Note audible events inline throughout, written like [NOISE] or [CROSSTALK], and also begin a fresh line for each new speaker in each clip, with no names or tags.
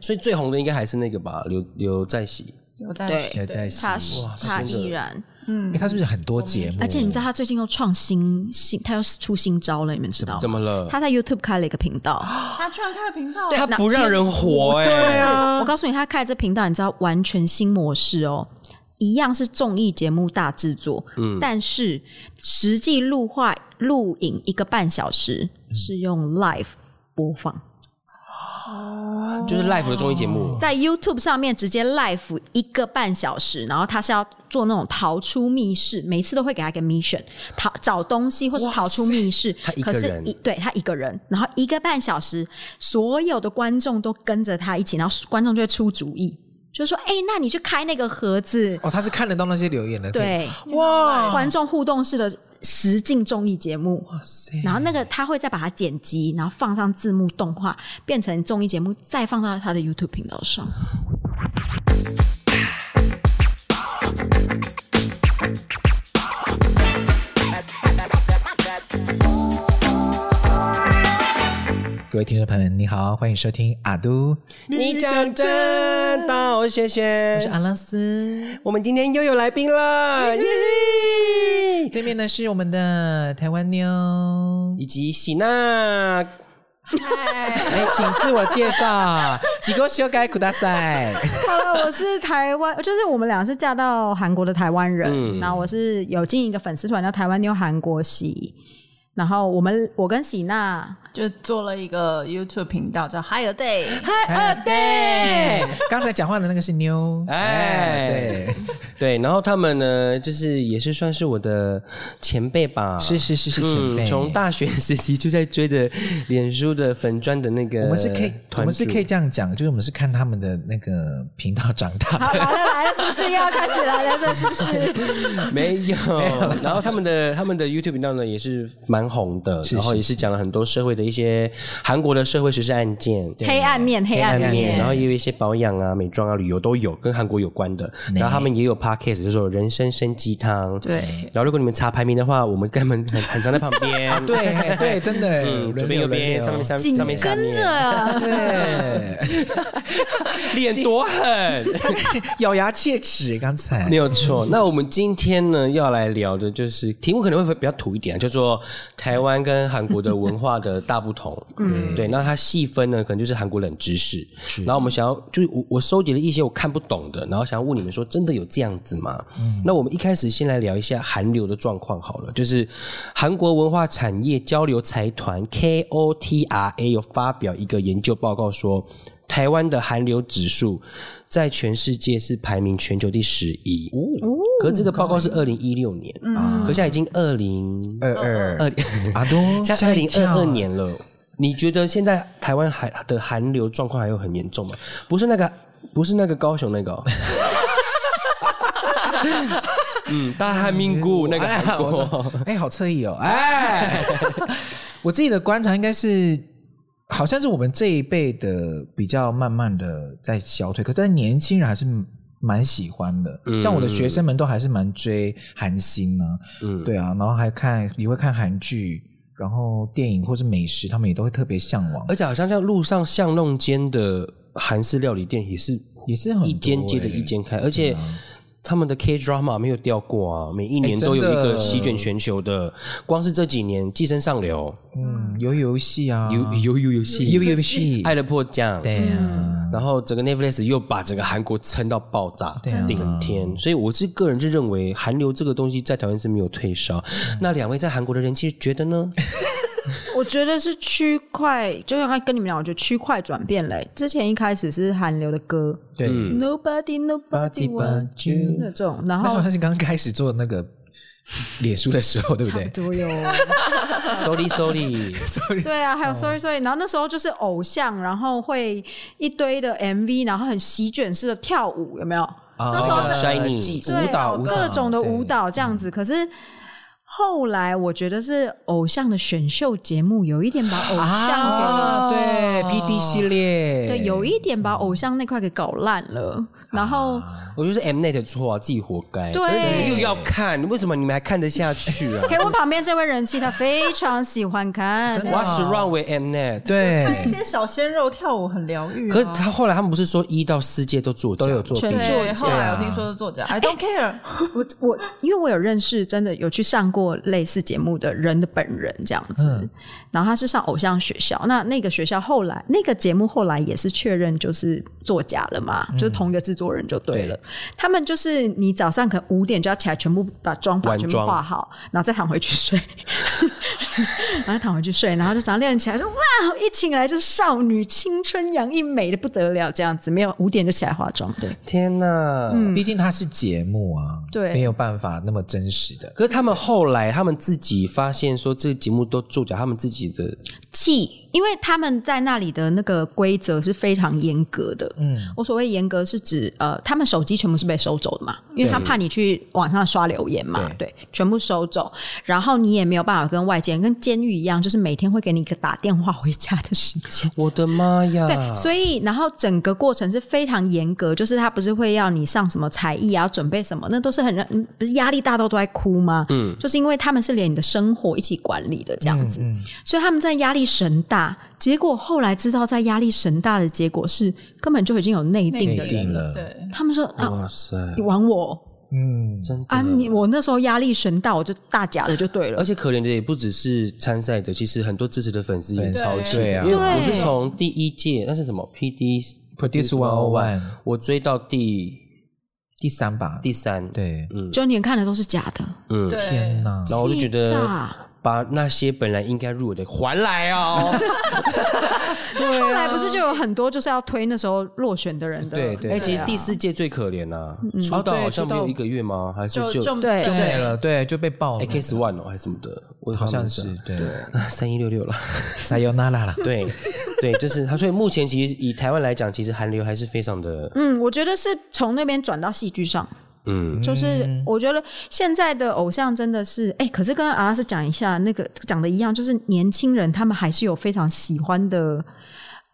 所以最红的应该还是那个吧，刘刘在熙。
有
呃
在
对
对
在
他
洗
哇是
他
真的
依然，
因为他是不是很多节目？
嗯而且你知道他最近又创新新，他又出新招了，你们知道
怎
吗？
么啊了？
他在 YouTube 开了一个频道，
他居然开了频道，
啊
他不让人活哎、
我告诉你，他开这频道，你知道完全新模式哦，一样是综艺节目大制作，
嗯
但是实际录画录影一个半小时
嗯
是用 live 播放，
就是 live 的综艺节目，
在 YouTube 上面直接 live 一个半小时，然后他是要做那种逃出密室，每次都会给他一个 mission，逃找东西或是逃出密室。
他一个
可
人
是一对他一个人，然后一个半小时，所有的观众都跟着他一起，然后观众就会出主意，就说：“哎、那你去开那个盒子。
哦，他是看得到那些留言的，可以
对，
哇，
观众互动式的实境综艺节目。
塞
然后那个他会再把它剪辑，然后放上字幕动画，变成综艺节目，再放到他的 YouTube 频道上。
各位听众朋友们，你好，欢迎收听阿都，
你讲真到谢
我是
谢。
阿拉斯，
我们今天又有来宾了，耶！
对面呢是我们的台湾妞，
以及喜娜，
哎，请自我介绍，几个修改苦大赛， [LAUGHS]
好了，我是台湾，就是我们俩是嫁到韩国的台湾人，
嗯
然后我是有进一个粉丝团叫台湾妞韩国喜，然后我们我跟喜 [LAUGHS] 娜
就做了一个 YouTube 频道叫 Higher Day，
啊对，哎刚才讲话的那个是妞，
哎
哎，对，
[LAUGHS] 对，然后他们呢，就是也是算是我的前辈吧，
是是是是前
嗯，
辈，
从大学时期就在追的脸书的粉砖的那个，
我们是可以，我
团
们是
主
可以这样讲，就是我们是看他们的那个频道长大的。
来了来了，是不是又要开始了？来了是不是？
没
[LAUGHS]
有，然后他们的他们的 YouTube 频道呢也是蛮红的，然后也是讲了很多社会的一些韩国的社会时事案件，
黑暗面，黑暗面，
然后也有一些保养啊、美妆啊、旅游都有跟韩国有关的。
嗯
然后他们也有 podcast，就是说人生生鸡汤。
对。
然后如果你们查排名的话，我们跟他们很很常在旁
[LAUGHS]
边，
[LAUGHS] 对对，真的，
嗯，
轮
左边
流
右
轮
边，
流
上面上
[LAUGHS] 紧
上面下
跟
面，
着。啊
对，
脸多狠。
咬牙切齿，刚才
没有错。那我们今天呢要来聊的就是题目可能会比较土一点，叫做台湾跟韩国的文化的大不同。 [LAUGHS] 嗯，对。那它细分呢，可能就是韩国冷知识。然后我们想要，就是我我收集了一些我看不懂的，然后想要问你们说，真的有这样子吗？那我们一开始先来聊一下韩流的状况好了，就是韩国文化产业交流财团 KOTRA 有发表一个研究报告说。台湾的韩流指数在全世界是排名全球第十一，可是这个报告是二零一六年，啊可现在已经二零
二二
二，
阿东，
现在
吓
二
一
零
跳
二二，年了。你觉得现在台湾还的韩流状况还有很严重吗？不是那个，不是那个高雄那个、哦，嗯，大韩民国那个
哎
韩
我
国
说，哎，好侧翼哦，
[LAUGHS]
哎，我自己的观察应该是。好像是我们这一辈的比较慢慢的在消退，可是年轻人还是蛮喜欢的，像我的学生们都还是蛮追韩星啊，
嗯，
对啊，然后还看也会看韩剧，然后电影或是美食，他们也都会特别向往，
而且好像像路上巷弄间的韩式料理店也是
也是很多欸
一间接着一间开，而且他们的 K drama 没有掉过啊，每一年
哎
都有一
真
个
的
席卷全球的。光是这几年，《寄生上流
嗯，有游戏啊，》
有有有游戏，哎
有游戏
《爱的迫降》，
对啊，
然后整个 Netflix 又把整个韩国撑到爆炸，
对啊
顶天。所以我是个人是认为韩流这个东西在台湾是没有退烧。
嗯
那两位在韩国的人气觉得呢？
我觉得是区块，就像刚才跟你们讲，我觉得区块转变了欸、之前一开始是韩流的歌、
对，
嗯
[LAUGHS] n o b o d y Nobody
Body
Wants
But
You
You
那种，然
那时
后
候他是刚开始做那个脸书的时候，对不对？
多有。
sorry sorry，
对啊，
哦
还有 Sorry Sorry，然后那时候就是偶像，然后会一堆的 MV，然后很席卷式的跳舞，有没有？
啊
那时候
的 Shiny
技
对
舞蹈，舞蹈嗯
各种的舞，蹈这样子。可是后来我觉得是偶像的选秀节目有一点把偶像给、
啊，对 P D 系列，
对有一点把偶像那块给搞烂了，然后。
我觉得是 M Net 的错啊，自己活该。
对
可是你们又要看，为什么你们还看得下去
[LAUGHS]
啊
可以问旁边这位人气，他非常喜欢看。
？What's wrong with M Net？
对啊
看一些小鲜肉跳舞很疗愈啊。
可是他后来他们不是说一到四届都做
都有作弊
全，
对，后来有听说是作家，I don't care。
我我因为我有认识真的有去上过类似节目的人的本人这样子，
嗯
然后他是上偶像学校，那那个学校后来那个节目后来也是确认就是作假了嘛，
嗯
就是同一个制作人就对了。他们就是你早上可能五点就要起来，全部把妆发
晚
全部
妆
化好，然后再躺回去睡， [LAUGHS] 然后躺回去睡，然后就早上六点起来说哇，一醒来就是少女青春洋溢美的不得了这样子，没有五点就起来化妆，对。
天哪！
毕竟它是节目啊，
对
没有办法那么真实的。
可是他们后来他们自己发现说这个节目都作假，他们自己的
气，因为他们在那里的那个规则是非常严格的。嗯，我所谓严格是指呃，他们手机全部是被收走的嘛，因为他怕你去网上刷留言嘛，对，全部收走，然后你也没有办法跟外界人跟监狱一样，就是每天会给你一个打电话回家的时间。
我的妈呀！
对，所以然后整个过程是非常严格，就是他不是会要你上什么才艺啊，准备什么，那都是很让嗯不是压力大到都在哭吗？嗯，就是因为他们是连你的生活一起管理的这样子，
嗯
所以他们在压力神大。结果后来知道，在压力神大的结果是根本就已经有内定的
内定
人
了
对，
他们说啊，
哇塞，
你玩我
嗯，
嗯真的。
啊，你我那时候压力神大，我就大假的就对了
而。且可怜的也不只是参赛者，其实很多支持的粉丝也超气，
对啊
因为我是从第一届那是什么 P D
Produce 101
我追到第
第三吧，
第三，，
对，
就你们看的都是假的，
嗯，
对
天，哪，
然后我就觉
气
得
炸
把那些本来应该入围的还来哦，啊
后来不是就有很多就是要推那时候落选的人的，
对对
哎，其实第四届最可怜呐，出道好像没有一个月吗？还是
就
就
就
对
就
就
对了，对，就被爆了
A，K S One 哦，还是什么的，我
好像是对，
啊三一六六了。
撒尤那拉了，
对，对，就是他。所以目前其实以台湾来讲，其实韩流还是非常的，
嗯，我觉得是从那边转到戏剧上，
嗯，
就是我觉得现在的偶像真的是，哎、可是跟阿拉斯讲一下，那个讲的一样，就是年轻人他们还是有非常喜欢的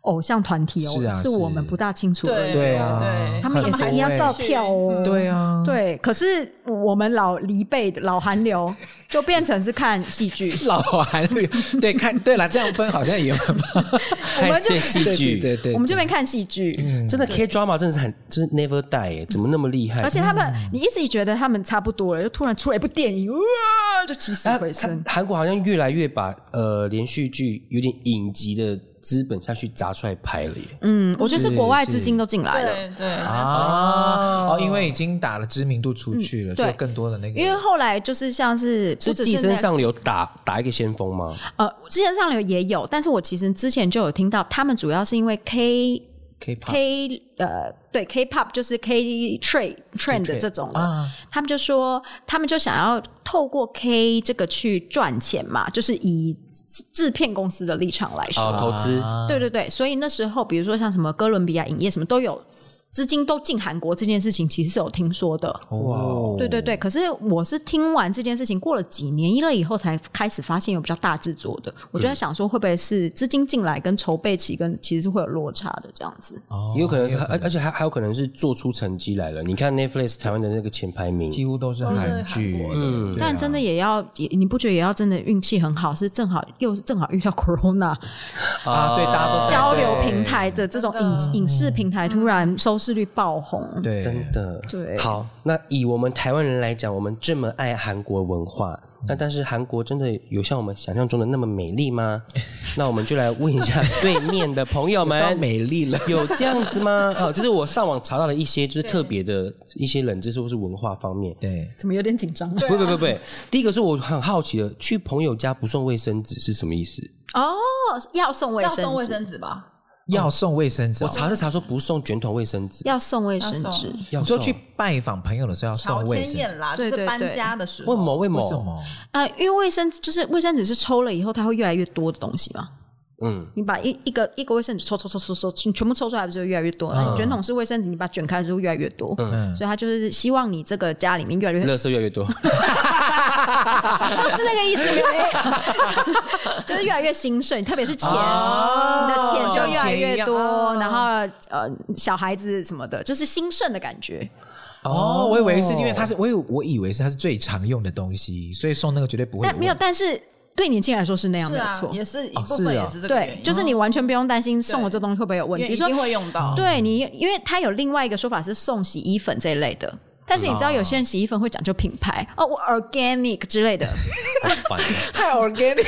偶像团体哦，
是啊
我们
是
不大清楚而
对
已
对啊
对
他们也
很
是
多
一样
欸
照跳哦，
对啊，
对，可是我们老离辈的老韩流就变成是看戏剧，
老啊韩流，对，看对了，这样分好像也 [LAUGHS] 蛮棒，
看一些戏
对对
剧，
对对，嗯
我们这边看戏剧，
真的 K drama 真的是很，就是 never die，耶怎么那么厉害？
而且他们，
嗯
你一直觉得他们差不多了，就突然出了一部电影，哇，就起死
他
回
啊
生。
他韩国好像越来越把呃连续剧有点影集的资本下去砸出来拍了耶。
嗯，我觉得是国外资金都进来了，
对对
啊，哦，因为已经打了知名度出去了，
嗯
所
对
以有更多的那个，
因为后来就是像是不
是
只
寄
是
生
在
上流打打一个先锋吗
呃，之前上流也有，但是我其实之前就有听到，他们主要是因为 K
？K-pop
K 呃，对 K-pop 就是 K trend trend 的这种的
啊
他们就说，他们就想要透过 K 这个去赚钱嘛，就是以制片公司的立场来说，
啊，投资
对对对，所以那时候比如说像什么哥伦比亚影业什么都有。资金都进韩国这件事情，其实是有听说的。
哇哦，
对对对，可是我是听完这件事情过了几年了以后，才开始发现有比较大制作的。我就在想说，会不会是资金进来跟筹备期跟其实是会有落差的这样子？
哦
也有可能是，而而且还还有可能是做出成绩来了。你看 Netflix 台湾的那个前排名，
几乎都是韩剧，嗯，
但真的也要，也你不觉得也要真的运气很好，是正好又正好遇到 [LAUGHS] Corona
啊，对，大家都在
交流平台的嗯这种影影视平台突然收视率爆红，
对，对
真的，
对
好，那以我们台湾人来讲，我们这么爱韩国文化，那但是韩国真的有像我们想象中的那么美丽 [LAUGHS] 吗？那我们就来问一下对面的朋友们，美丽了，有这样子 [LAUGHS] 吗？哦，就是我上网查到了一些，就是特别的一些冷知识或是文化方面。
对，
怎么有点紧张啊？
不不不不，第一个是我很好奇的，去朋友家不送卫生纸是什么意思？
哦，要送卫
要
生
送卫
纸，
生纸吧？
要送卫生纸啊
我，查是查说不送卷筒卫生纸，
要送卫生
要
纸
送。
要
你说
送
去拜访朋友的时候要送
乔
卫
迁
生纸，
宴啦，就
对
是
对
搬
对
家的时
为
候，
毛为
为什
毛？
么？
啊，因为卫生就是卫生纸是抽了以后，它会越来越多的东西嘛。
嗯，
你把一一个一个卫生纸抽抽抽抽抽，你全部抽出来不是就越来越多？那你卷筒式卫生纸，你把它卷开就会越来越多。
嗯
所以他就是希望你这个家里面越来越，
垃圾越来越多，
就是那个意思，没有 [LAUGHS] 就是越来越兴盛，特别是钱，你的钱就越来越多，然后呃，小孩子什么的，就是兴盛的感觉。
哦，我以为是因为它是，我以我以为是它是最常用的东西，所以送那个绝对不会有
但没有，
问题
但是对年轻人来说是那样，
是
没有
啊，
错。
也是一
哦
部
是
分
啊
也是这个原
对
因，，
就是你完全不用担心送我
对
这东西会不会有问
因
题。
为
比
一
如说
定会用到，
对你，因为它有另外一个说法是送洗衣粉这一类的，但是你知道有些人洗衣粉会讲究品牌哦，我 organic 之类的
好烦，
[LAUGHS]
太 organic，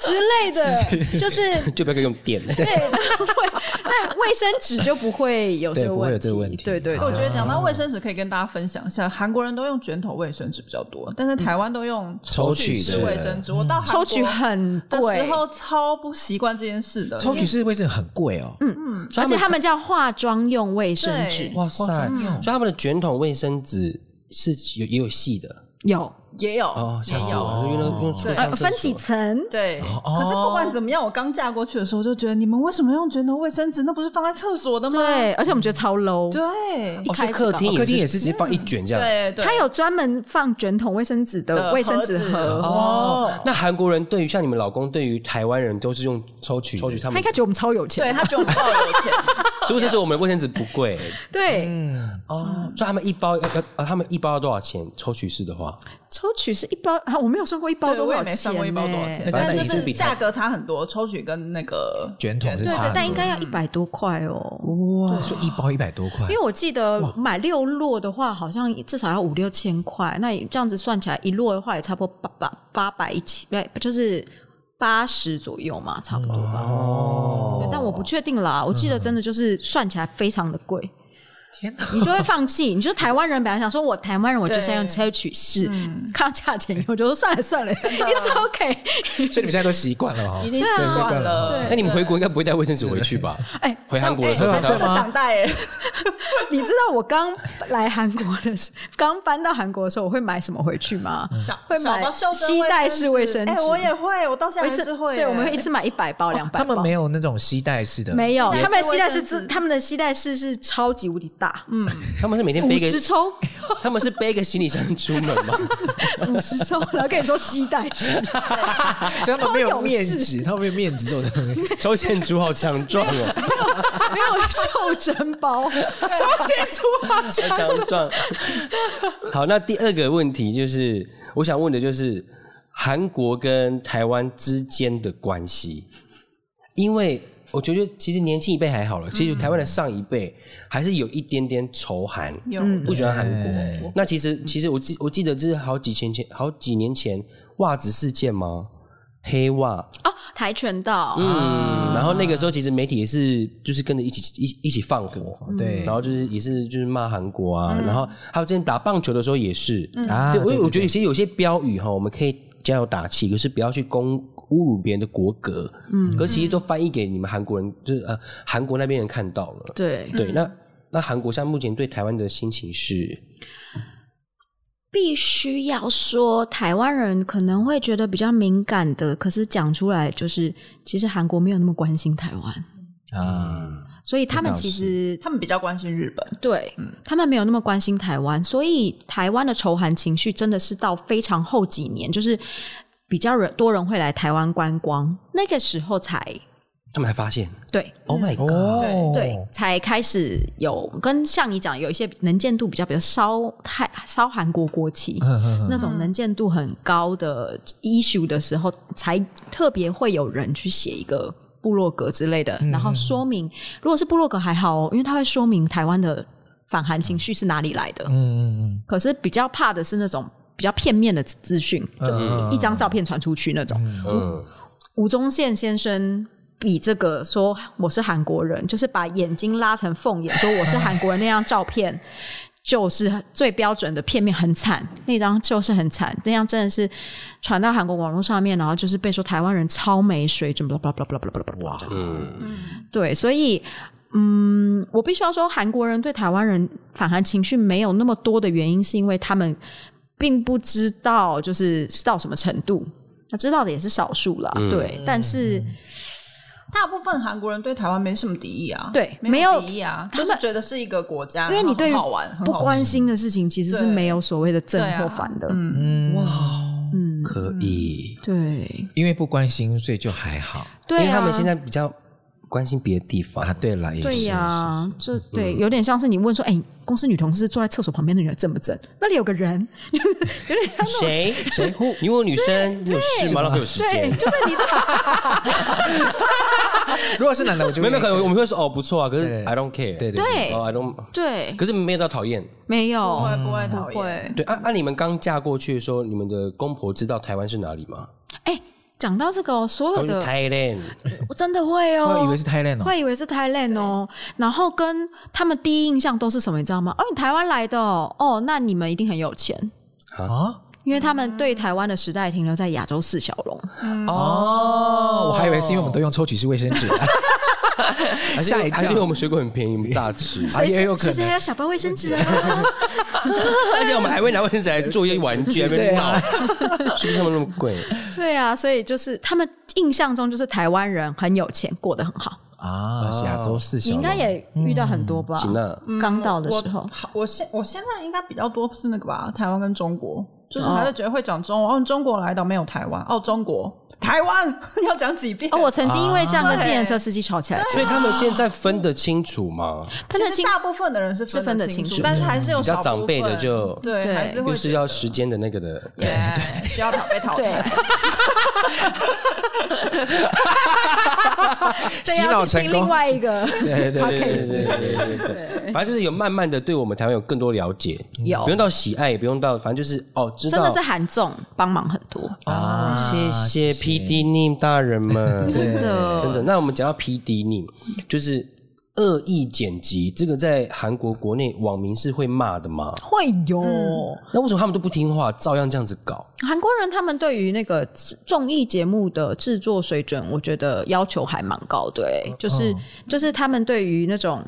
之类的，就是
[LAUGHS] 就不要给我用电了。
对，会但卫生纸就不会有这
对
个
不会有
问
这个问
题，
题
对对
我
对
觉得讲到卫生纸，可以跟大家分享一下，韩国人都用卷头卫生纸比较多，
嗯
但是台湾都用
抽取
取式
式
卫生纸。我到韩
抽
国
取很
的时
贵，
候超不习惯这件事的，
抽
因
取
为
式卫生纸很贵哦，
而且他们叫化妆用卫生纸
对，
哇塞！
哦
所以他们的卷筒卫生纸是有也有细的
有
也有
哦，吓
也
死
有。
我了！因为那个用
对
呃分几层，
对，
哦
可是不管怎么样，我刚嫁过去的时候就觉得，你们为什么用卷头卫生纸？那不是放在厕所的吗？
对，而且我们觉得超 low，
对
一
哦，
开
所以
始
客厅
哦客厅也
也
是
是嗯直接放一卷这样。
对对，
它有专门放卷筒卫生纸的
的
卫生纸
盒子
盒，
哦，那韩国人对于像你们老公对于台湾人都是用抽取 [LAUGHS] 哦抽取他
他
们
应该，觉得我们超有钱
对，他就有钱，
是不是说我们卫生纸不贵
对，
哦？所以他们一包要要呃他们一包要多少钱？抽取式的话，
抽取是一包啊，我没有算过一 [LAUGHS] 包
对，
多
我也
少
没
钱、欸
算
呢。
过一包多少钱，
对
但
但
就
一定
是
比
价格差很多，抽取跟那个
卷筒是
对
差
对
很，
但
多
应该要一百多块哦。
哇，所以一包一百多块
因为，我记得买六摞的话，好像至少要五六千块。那这样子算起来，一摞的话也差不多八八八百一千，对，就是八十左右嘛，差不多
嗯
吧。
哦
对但我不确定啦，我记得真的就是算起来非常的贵。
[LAUGHS] 天哪！
你就会放弃。你就台湾人本来想说，我台湾人我就是要用抽取式，
嗯
看到价钱以后就说算了算了，it's [LAUGHS] okay。
所以你们现在都习惯了哈
已，经习
对啊
惯
对
了。
那你们回国应该不会带卫生纸回去
[LAUGHS]
吧？
哎，
回韩国
哎
的时候
我
才
还
带
真的想带，哎
你知道我刚来韩国的时候，刚搬到韩国的时候，我会买什么回去吗？
小
会
小
买
包袖珍
吸带式卫生纸
哎，我也会，我到现
我
在
一
还
次
是会耶。
对，我们会一次买一百包、两百、
他
包。
们没有那种吸带式的，
没有，
吸
他
带式
们的吸带是
卫生
自
纸
他们的吸带式是超级无敌大，嗯，
他们是每天背
五
一
十
个，
抽，
他们是背一个行李箱出门
[LAUGHS]
吗？
五十抽，然后跟你说吸带式，
所以他们没
超
有
有
面
事
纸，他们没有面纸这种东西。
周建竹好强壮哦，
没有袖珍
超
包，
先出
好
啊！
[LAUGHS] 强壮。好，那第二个问题就是，我想问的就是韩国跟台湾之间的关系，因为我觉得其实年轻一辈还好了，其实台湾的上一辈还是有一点点仇韩，
有
不喜欢韩国。那其实其实我记我记得这是好几前前好几年前袜子事件吗？黑袜，
哦，跆拳道，
嗯，然后那个时候其实媒体也是就是跟着一起一一起放火，
对
然后就是也是就是骂韩国啊，然后还有之前打棒球的时候也是，
啊
对，因为我觉得其实有些标语哈，我们可以加油打气，可是不要去攻侮辱别人的国格，嗯，可是其实都翻译给你们韩国人，就是呃韩国那边人看到了，
对，
对，那那韩国现在目前对台湾的心情是，
必须要说，台湾人可能会觉得比较敏感的，可是讲出来就是，其实韩国没有那么关心台湾，
啊，
所以他们其实
他们比较关心日本，
对、他们没有那么关心台湾，所以台湾的仇韩情绪真的是到非常后几年，就是比较人多人会来台湾观光，那个时候才
他们才发现
对。
，Oh my God，、
哦，
对，才开始有跟像你讲，有一些能见度比较，比如烧泰烧韩国国旗，
嗯
那种能见度很高的 issue 的时候，才特别会有人去写一个部落格之类的，然后说明，如果是部落格还好哦，因为它会说明台湾的反韩情绪是哪里来的。
嗯嗯
可是比较怕的是那种比较片面的资资讯，就一张照片传出去那种。
嗯，
吴宗宪先生比这个说我是韩国人，就是把眼睛拉成凤眼，说我是韩国人那张照片，就是最标准的片面，很惨。那张就是很惨，那张真的是传到韩国网络上面，然后就是被说台湾人超没水准，blah blah blah blah blah blah blah blah 这样子。对，所以。嗯，我必须要说，韩国人对台湾人反韩情绪没有那么多的原因，是因为他们并不知道
嗯
就是到什么程度，那知道的也是少数啦。对，但是
大部分韩国人对台湾没什么敌意啊，
对
没
没有
敌意啊，
他
就
们
是觉得是一个国家，
因为你对于
嗯然后很好玩，很
不
好玩
关心的事情，其实是
对
没有所谓的正
对啊
或反的。
嗯，
嗯，
嗯，
可以，
对
因为不关心，所以就还好
对啊，
因为他们现在比较关心别的地方
啊。。对了，也
对
是
呀、这对有点像是你问说，哎、公司女同事坐在厕所旁边的女正不正？那里有个人，有点像
谁谁呼？你问女生你有事吗？浪费我时
对，
间。
就是你的
是 [LAUGHS] 如果是男的，我就
没有没有，可
能
能我们会说哦不错啊，可
对
是 I don't care。
对对
对
哦 I don't，
对，
可是没有到讨厌。
没
不
有。
会不会讨
不会
厌，
对，按、按、你们刚嫁过去的时候，你们的公婆知道台湾是哪里吗？
哎、讲到这个、哦，所有
他们
的
说 Thailand，
我真的会哦，
以为是 Thailand 哦，
会以为是 Thailand 哦，然后跟他们第一印象都是什么，你知道吗？哦，你台湾来的哦，哦，那你们一定很有钱，
啊
因为他们对台湾的时代停留在亚洲四小龙。
哦，我还以为是因为我们都用抽取式卫生 [LAUGHS] 纸，吓一
还是因为
跳
我们水果很便宜，我们榨汁，
啊，也有可
其实还
能
有小包卫生纸啊，
而且我们还会拿卫生纸来做一些玩具，还
对
没闹
啊，
是不是他们那么贵？
[LAUGHS] 对啊，所以就是他们印象中就是台湾人很有钱，过得很好。
啊，亚洲四小
你
龙嗯
应该也遇到很多吧？嗯
行啊，
刚到的时候
我，好我现我现在应该比较多是那个吧，台湾跟中国，就是还是觉得会讲中文，哦，中国来的没有台湾，哦，中国台湾 [LAUGHS] 要讲几遍，
哦，我曾经因为这样跟
啊
对
自行车司机吵起来过，
所以他们现在分得清楚吗？
真
其
的
实
心
大部分的人是
是分得
得清
清楚
但是还是有
比较
少部
长辈的
分
就
对，
对
还是会
又是
觉
要
得
时间的那个的，
对需要淘被淘
对
汰。
[LAUGHS]
这
洗
要
脑
去
成
听另
功，
外一
[LAUGHS]
个
对对对对
podcast
对对对对，
反正就是有慢慢的对我们台湾有更多了解，
哎有
不用到喜爱，也不用到，反正就是哦，知
真
道
的是韩总帮忙很多，
啊，谢谢 PD Nim 大人们，
[LAUGHS] 真的
真的。那我们讲到 PD Nim，就是恶意剪辑，这个在韩国国内网民是会骂的吗？
会有。嗯
那为什么他们都不听话，照样这样子搞？
韩国人他们对于那个综艺节目的制作水准，我觉得要求还蛮高的、欸，就是、就是他们对于那种。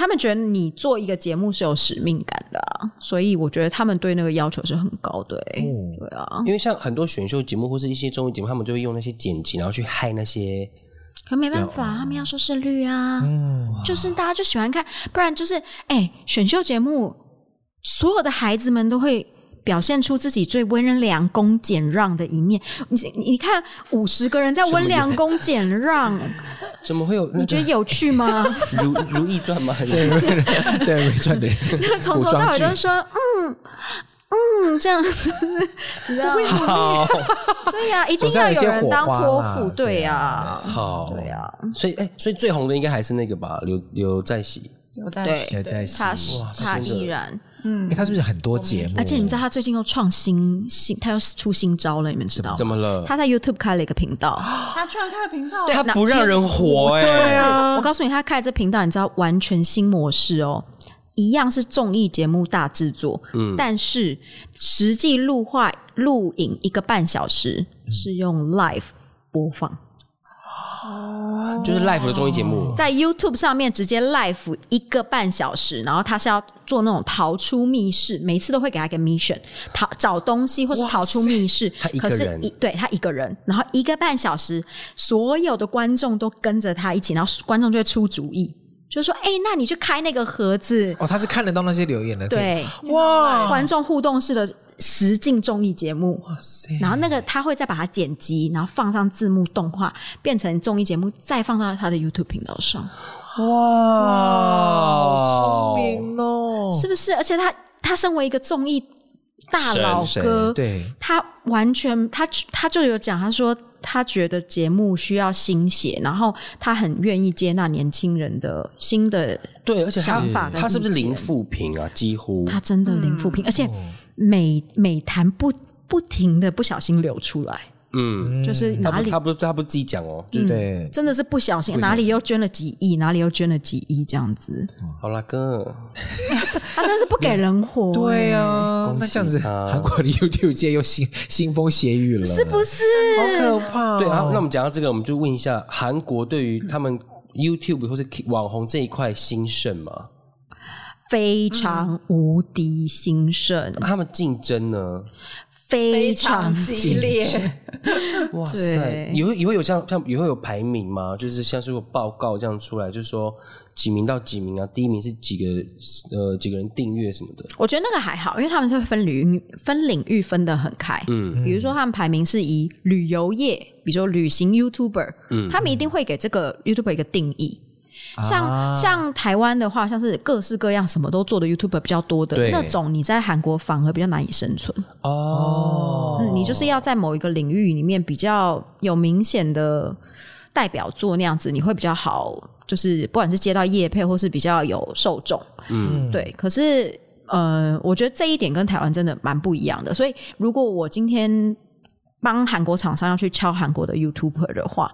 他们觉得你做一个节目是有使命感的、啊，所以我觉得他们对那个要求是很高的、欸。对啊，
因为像很多选秀节目或是一些综艺节目，他们就会用那些剪辑，然后去害那些
可没办法，他们要收视率啊，
嗯，
就是大家就喜欢看，不然就是哎、选秀节目所有的孩子们都会。表现出自己最温良恭俭让的一面。你你你看，五十个人在温良恭
[LAUGHS]
俭让，
怎么会有
你
那
觉
个
得有趣吗？
如 [LAUGHS] 如懿传
[LAUGHS]
吗？
对瑞传的 [LAUGHS] 人，
从头到尾都说嗯嗯这样，你知道吗？
好
对呀、一定
总是要
要
有一
有
些
人当
火花
泼
嘛
妇，对
对
呀、
啊
好，
对呀、
所以哎、所以最红的应该还是那个吧，刘刘在熙。
有在
对，
现在
他
是，
他
真的
依然。
哎他是不是很多节目？
而且你知道他最近又创新新，他又出新招了，你们知道吗
怎？么了？
他在 YouTube 开了一个
[LAUGHS]
频道，
他居然开了频道，
他
那
不让人活哎、
我告诉你，他开这频道，你知道完全新模式哦，一样是综艺节目大制作，
嗯
但是实际录画录影一个半小时
嗯
是用 live 播放，
就是 Life 的综艺节目，
在 YouTube 上面直接 live 一个半小时，然后他是要做那种逃出密室，每次都会给他一个 mission，逃找东西或是逃出密室。
他一个
可是
人
一对他一个人，然后一个半小时，所有的观众都跟着他一起，然后观众就会出主意，就说：“哎、那你去开那个盒子。
哦，他是看得到那些留言的，可以
对，
哦
哇，观众互动式的实境综艺节目。
哇塞，
然后那个他会再把它剪辑，然后放上字幕动画，变成综艺节目，再放到他的 YouTube 频道上。
哇，
哦
是不是？而且他他身为一个综艺大佬
神
哥，
对，
他完全他他就有讲，他说他觉得节目需要新血，然后他很愿意接纳年轻人的新的，
对，而且他
想法跟
他是不是
意见
零负评啊？几乎
他真的零负评，而且每每谈不不停的不小心流出来，
嗯，
就是
他
哪
不
里
他不他不自己讲
嗯
哦，就是
对，
真的是不小心，哪里又捐了几亿，哪里又捐了几亿这样子，
好啦哥，
他真的是不给人活、
对
呀、
啊，那这样子，韩国的 YouTube 界又腥腥风血雨了，是
不是？
好可怕哦？
对，好，那我们讲到这个，我们就问一下韩国对于他们 YouTube 或是网红这一块兴盛吗？
非常无敌兴盛，
那他们竞争呢？
非
非
常
常
近。
激烈，
哇
对
塞，也会也会有像像也会有排名吗？就是像是有报告这样出来，就是说几名到几名啊，第一名是几个呃几个人订阅什么的，
我觉得那个还好，因为他们就会分领域分领域分得很开。嗯，比如说他们排名是以旅游业，比如说旅行 YouTuber，嗯，他们一定会给这个 YouTuber 一个定义。像、
啊
像台湾的话，像是各式各样什么都做的 YouTuber 比较多的
对
那种，你在韩国反而比较难以生存。
哦，
嗯，你就是要在某一个领域里面比较有明显的代表作那样子，你会比较好，就是不管是接到业配或是比较有受众。
嗯，
对，可是呃，我觉得这一点跟台湾真的蛮不一样的。所以如果我今天帮韩国厂商要去敲韩国的 YouTuber 的话，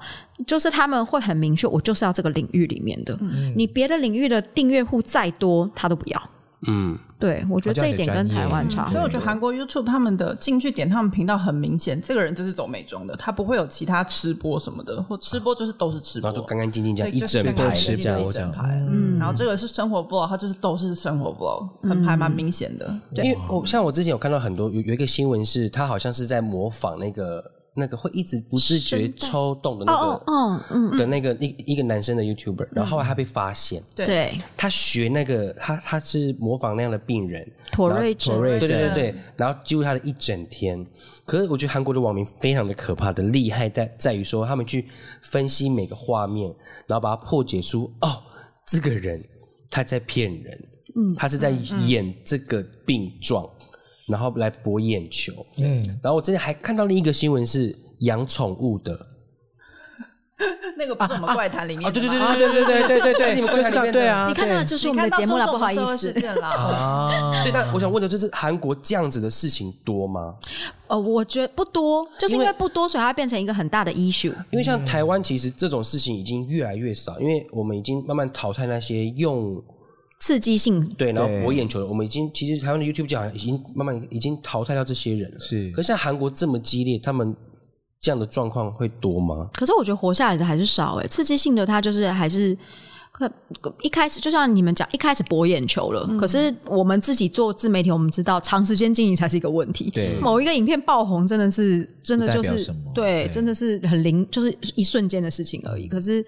就是他们会很明确，我就是要这个领域里面的，你别的领域的订阅户再多，他都不要。
嗯，
对，我觉得
好像
这一
很
点跟
专业
台湾差很
所以
多。
我觉得韩国 YouTube 他们的进去点他们频道很明显，这个人就是走美妆的，他不会有其他吃播什么的，或吃播就是都是吃播
然后，就干干净净这
对
样一
就是
整
干干
排
净
的
净
这样
一，整排。嗯，然后这个是生活 vlog，它就是都是生活 vlog，很还蛮明显的。
因为我像我之前有看到很多有有一个新闻是，他好像是在模仿那个那个会一直不自觉抽动的那
哦
个
哦嗯，
的那个一一个男生的 YouTuber，然后后来他被发现，
对
对，
他学那个他他是模仿那样的病人，
妥瑞
妥
症，
瑞
对
症
对对对，然后记录他的一整天。可是我觉得韩国的网民非常的可怕的厉害在在于说，他们去分析每个画面，然后把它破解出哦，这个人他在骗人，嗯，他是在演这个病状，然后来博眼球。
嗯，
然后我之前还看到另一个新闻是养宠物的，
那个不是我们怪谈里面
哦，
的
对
吗
对对对对对对对对，你们
就
观
是
察里面的
对啊，
你看到的
对
就是
你
我们
看
的
到
节目了，
这
不
种
好意
社会
思
事。件啦，
啊，
对，但我想问的就是韩国这样子的事情多吗？
呃，我觉得不多，就是因为不多，所以它变成一个很大的 issue。
因为像
嗯
台湾，其实这种事情已经越来越少，因为我们已经慢慢淘汰那些用
刺激性
对，然后
对
博眼球的。我们已经其实台湾的 YouTube 界好像已经慢慢已经淘汰掉这些人了。
是
可是像韩国这么激烈，他们这样的状况会多吗？
可是我觉得活下来的还是少哎、刺激性的它就是还是。可一开始就像你们讲，一开始博眼球了。可是我们自己做自媒体，我们知道长时间经营才是一个问题。
对
某一个影片爆红，真的是真的就
不代
是
表什么
对，
对嗯
真的是很灵，就是一瞬间的事情而已。可是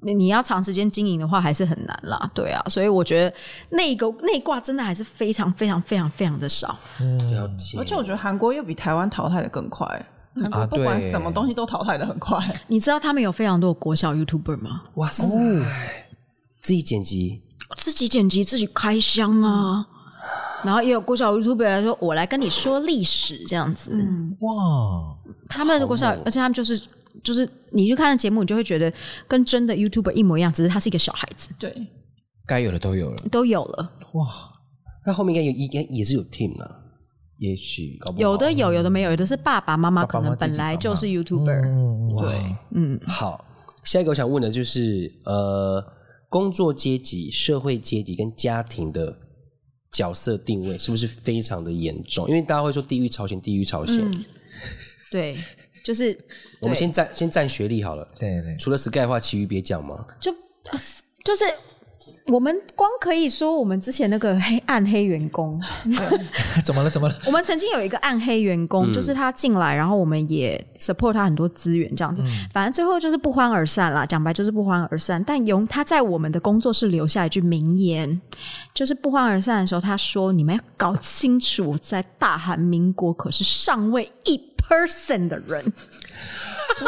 你要长时间经营的话，还是很难啦。对啊，所以我觉得那个内挂真的还是非常非常非常非常的少。
嗯
了解。
而且我觉得韩国又比台湾淘汰的更快，韩国不管
对
什么东西都淘汰的很快。
你知道他们有非常多的国小 YouTuber 吗？
哇塞，
哦
自己剪辑
自己剪辑自己开箱啊。然后也有国小 YouTube 来说，我来跟你说历史这样子。
嗯哇，
他们的国小，
哦
而且他们就是就是，你去看的节目，你就会觉得跟真的 YouTuber 一模一样，只是他是一个小孩子，
对，
该有的都有了，
都有了，
哇，
那后面应该也应该也是有 team 啊，
也许搞不好
有的有，有的没有，有的是爸爸妈妈
爸
可
爸妈妈
能本来就
自
是
己
YouTuber。
嗯，哇
对，嗯，
好，下一个我想问的就是呃，工作阶级、社会阶级跟家庭的角色定位是不是非常的严重？因为大家会说地域朝鲜，地域朝鲜。
对，就是
我们
对
先站先站学历好了。
对对， [LAUGHS]
除了 Sky 的话，其余别讲嘛。
就就是我们光可以说我们之前那个黑暗黑员工，
怎么了怎么了？
[LAUGHS] 我们曾经有一个暗黑员
嗯
工，就是他进来，然后我们也 support 他很多资源这样子，
嗯
反正最后就是不欢而散啦。讲白就是不欢而散。但有他在我们的工作室留下一句名言，就是不欢而散的时候，他说：“你们要搞清楚，在大韩民国可是上位一 person 的
[LAUGHS]
人。”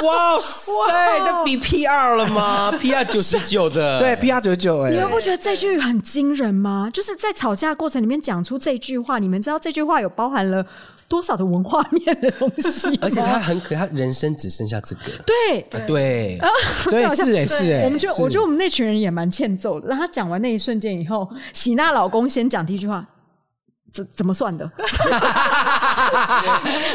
哇塞，那比 PR 了吗？PR [LAUGHS] 九十九 [LAUGHS] 的，
对，P R 九九哎
你，们不觉得这句很惊人吗？就是在吵架过程里面讲出这句话，你们知道这句话有包含了多少的文化面的东西
[LAUGHS] 而且他很可，他人生只剩下这个。
对，
对，
对，是哎是哎，
我们就我觉
就
得我们那群人也蛮欠揍的。让他讲完那一瞬间以后，喜娜老公先讲第一句话。怎怎么算的？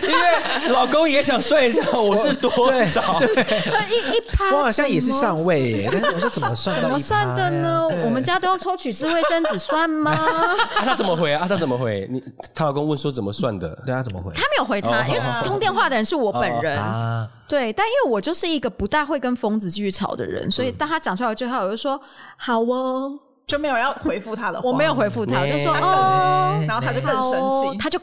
因为 [LAUGHS] 老公也想算一下我是多少。
[LAUGHS] 一一趴，
我好像也是上位耶，但是我说怎么算到
怎么算的呢？我们家都要抽取式卫生纸算
[LAUGHS]
吗？他
啊，他怎么回啊？啊他怎么回？你她老公问说怎么算的？
对啊，怎么回
没有回他，因为通电话的人是我本人。
啊？
对，但因为我就是一个不大会跟疯子继续吵的人，
嗯
所以当他讲出来最后，我就说好哦，
就没有要回复他的话，哎
我没有回复他，我就说
嗯
哎
哦，
然后他就更
好
生
哦
气，
他就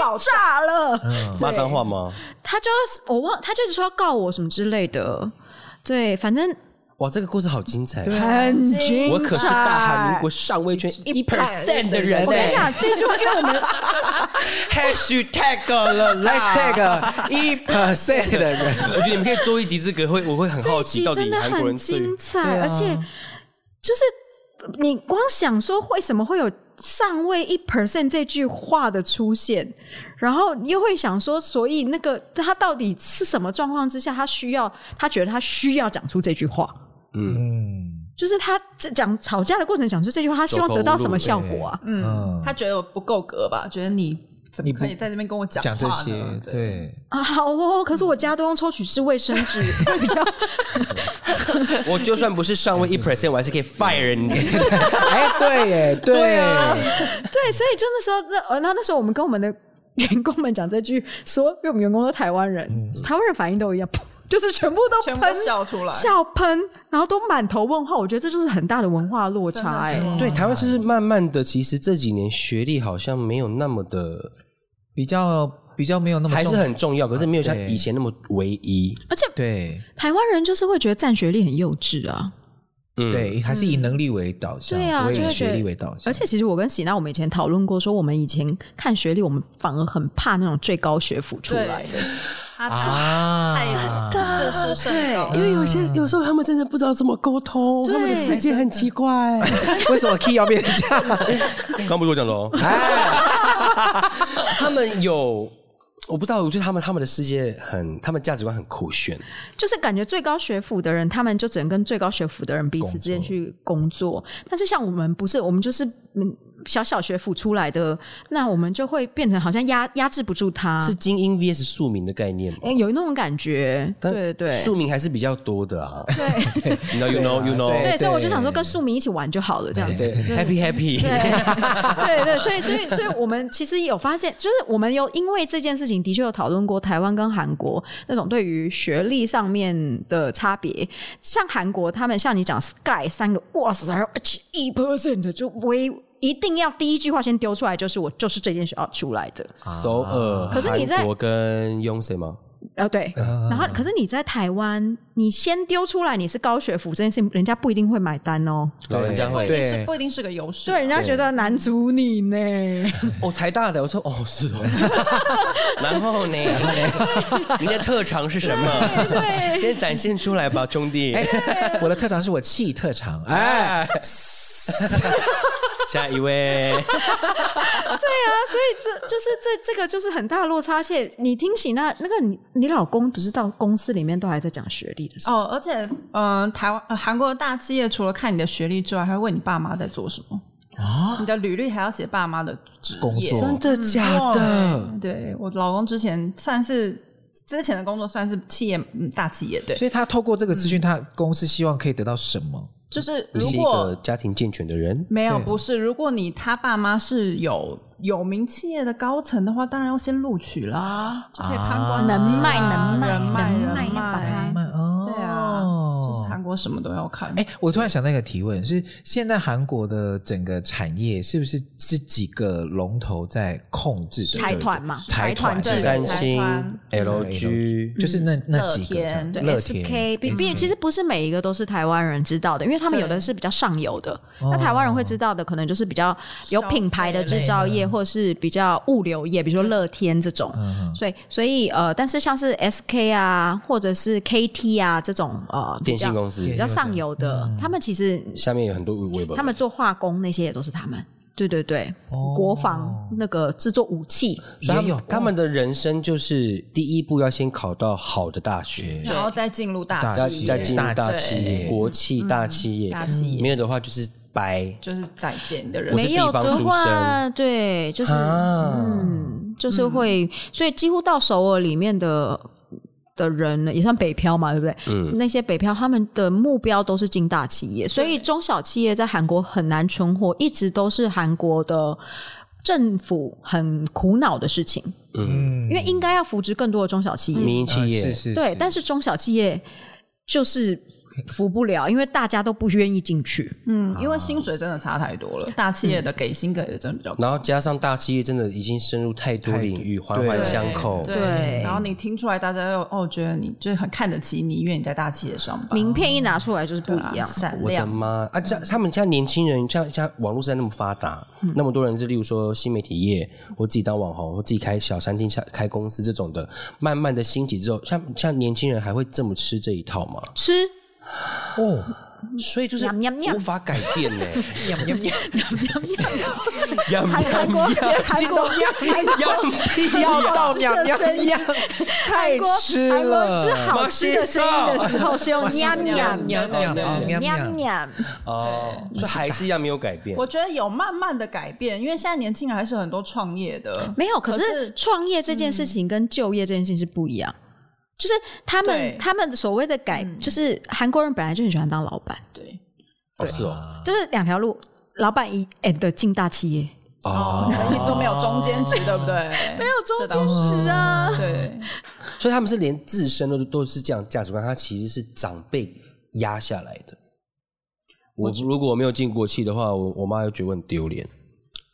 爆炸，
炸了。
骂脏话吗？
他就是我忘，他就是说要告我什么之类的。对，反正
哇，这个故事好精彩！
很精
我可是大韩民国上位圈一 percent 的人欸
我跟你
呢
讲，这句话，因为我们
，#hashtag 了啦
hashtag 一 percent 的人，
[LAUGHS] 我觉得你们可以做一集这个，会我会很 [LAUGHS] 好
这一
奇，
集
到
真
底
的
韩国
很
人对于
精彩，
对啊
而且就是你光想说为什么会有上位一 percent 这句话的出现，然后又会想说，所以那个他到底是什么状况之下，他需要他觉得他需要讲出这句话。
嗯
就是他这讲吵架的过程讲出这句话，他希望得到什么效果啊？
嗯，
他觉得我不够格吧？觉得你怎么
你不
可以在这边跟我讲
讲这
话呢
些，对，
啊，好哦，可是我家都用抽取式卫生纸，会比较
我就算不是上位一 percent，我还是可以 fire
[LAUGHS]
你。
哎，对耶，对，
对，啊 [LAUGHS] 所以就那时候，那呃，那那时候我们跟我们的员工们讲这句，所有员工都台湾人，台湾人反应都一样，噗 [LAUGHS] 就是全部都
全部
喷
笑出来，
笑喷，然后都满头问号。我觉得这就是很大的文化落差、
真的
哎，
是
对，台湾是不是慢慢的，其实这几年学历好像没有那么的，
比较比较没有那么
还是
重
很重要，可是没有像以前那么唯一。
而且
对
台湾人就是会觉得占学历很幼稚啊。
嗯，
对，还是以能力为导向，
对啊
不会
就会
以
觉
学
得
历为导向，
而且其实我跟喜娜我们以前讨论过，说我们以前看学历，我们反而很怕那种最高学府出来
对
的。，
他
啊，
自视甚高，
因为有些有时候他们真的不知道怎么沟通，
哦对他们的世
界很奇怪。
为
[LAUGHS]
什么 key
[LAUGHS]
要变成这样？
刚不是我讲的哦，他们有。我不知道，我觉得他们他们的世界很，他们价值观很酷炫，
就是感觉最高学府的人，他们就只能跟最高学府的人彼此之间去工作。但是像我们不是，我们就是嗯小小学府出来的，那我们就会变成好像压压制不住他，
是精英 VS 庶民的概念吗？
诶啊哎有那种感觉。
但
对对
庶民还是比较多的啊。 [LAUGHS] 对，no you know you
对
know，
对，所以我就想说跟庶民一起玩就好了，这样子。
哎对，happy happy，
对对，所以所以所以我们其实有发现，就是我们有因为这件事情的确有讨论过台湾跟韩国那种对于学历上面的差别。像韩国他们像你讲 Sky 三个，哇塞，还有 H 一 percent 就微。一定要第一句话先丢出来，就是我就是这间学校出来的，
首尔，
可是你在
韩国跟雍谁吗？
呃，对。然后，可是你在台湾，你先丢出来你是高学府这件事情，人家不一定会买单哦。
老人家会，
对
是不一定是个优势啊
对，。人家觉得难阻你呢。
哦，台大的，我说哦是哦，然后呢，你的特长是什么？先展现出来吧，兄弟。
哎，我的特长是我气特长，哎，
[LAUGHS] 下一位，
对啊，所以这就是这这个就是很大的落差。而且你听起那那个你你老公不是到公司里面都还在讲学历的事情，
哦，而且，嗯、台湾、呃韩国的大企业除了看你的学历之外，还会问你爸妈在做什么啊？你的履历还要写爸妈的职业
工作嗯
真的假的？
对我老公之前算是之前的工作算是企业嗯大企业，对，
所以他透过这个资讯，他公司希望可以得到什么？
就是
你
如
是一个
果
家庭健全的人，
没有不是，如果你他爸妈是有有名企业的高层的话，当然要先录取啦，就可以攀关系啊
能卖能卖
人脉
能
人
卖要把它
慢
嗯
哦
对啊，就是韩国什么都要看。
哎，我突然想到一个提问，是现在韩国的整个产业是不是这几个龙头在控制着
财团嘛
财团
财团
之类
对
的
三星
台湾、
LG，
就是那那几个
乐天
这样
对
乐
SK，
天嗯
毕毕其实不是每一个都是台湾人知道的，因为他们有的
对
是比较上游的，那台湾人会知道的可能就是比较有品牌的制造业，或是比较物流业，比如说乐天这种。所以所以呃，但是像是 SK 啊，或者是 KT 啊这种呃比
电
较
信公司
比较上游的，他们其实
下面有很多微博，
他们做化工那些也都是他们。对对对，国防那个制作武器，
所以他
也有
们他们的人生就是第一步要先考到好的大学，
然后再进入大
要
企业，
要进入大企业、
对
国企大企业，
大企业嗯
没有的话就是白。
就是再见你的人
我是
没有
地方
的
出
话，
身
对，就是、
啊
嗯，就是会，所以几乎到首尔里面的的人呢，也算北漂嘛，对不对？嗯，那些北漂他们的目标都是进大企业，所以中小企业在韩国很难存活，一直都是韩国的。政府很苦恼的事情，
嗯啊
因为
嗯
应该要扶植更多的中小企业，
民营企业
是是
对，但是中小企业就是服不了，因为大家都不愿意进去。
嗯，因为薪水真的差太多
嗯
了，大企业的给薪给的真的比较高。
然后加上大企业真的已经深入太多领域，环
对
环相扣。
对，
对
然后你听出来，大家又哦，觉得你就很看得起你，因为你在大企业上班，
名片一拿出来就是不
对啊
一样。
闪
我的
亮。
妈啊！像他们现在年轻人，像像网络时代那么发达，那么多人，就例如说新媒体业，或自己当网红，或自己开小餐厅、开开公司这种的，慢慢的兴起之后，像像年轻人还会这么吃这一套吗？
吃 [LAUGHS]
哦，
所以就是
喵喵喵
无法改变
[LAUGHS]
呢、
韩韩国韩国
要到
喵喵喵，
太吃
韩国
了，
吃好吃的声音的时候是用喵喵
喵喵喵
喵
喵，
喵，
哦，所以还是一样没有改变
我。觉得有慢慢的改变，因为现在年轻人还是很多创业的，
没有。可是创业这件事情跟就业这件事情是不一样。就是他
对嗯
们他们所谓的改，就是韩国人本来就很喜欢当老板，
对，
哦，是哦，
就是两条路，老板一 and 进大企业，
哦，你的意思说没有中间值，对不对？没有
中间值
哦
啊，
对，
所以他们是连自身都都是这样价值观，他其实是长辈压下来的。我如果我没有进国企的话，我我妈又觉得我很丢脸。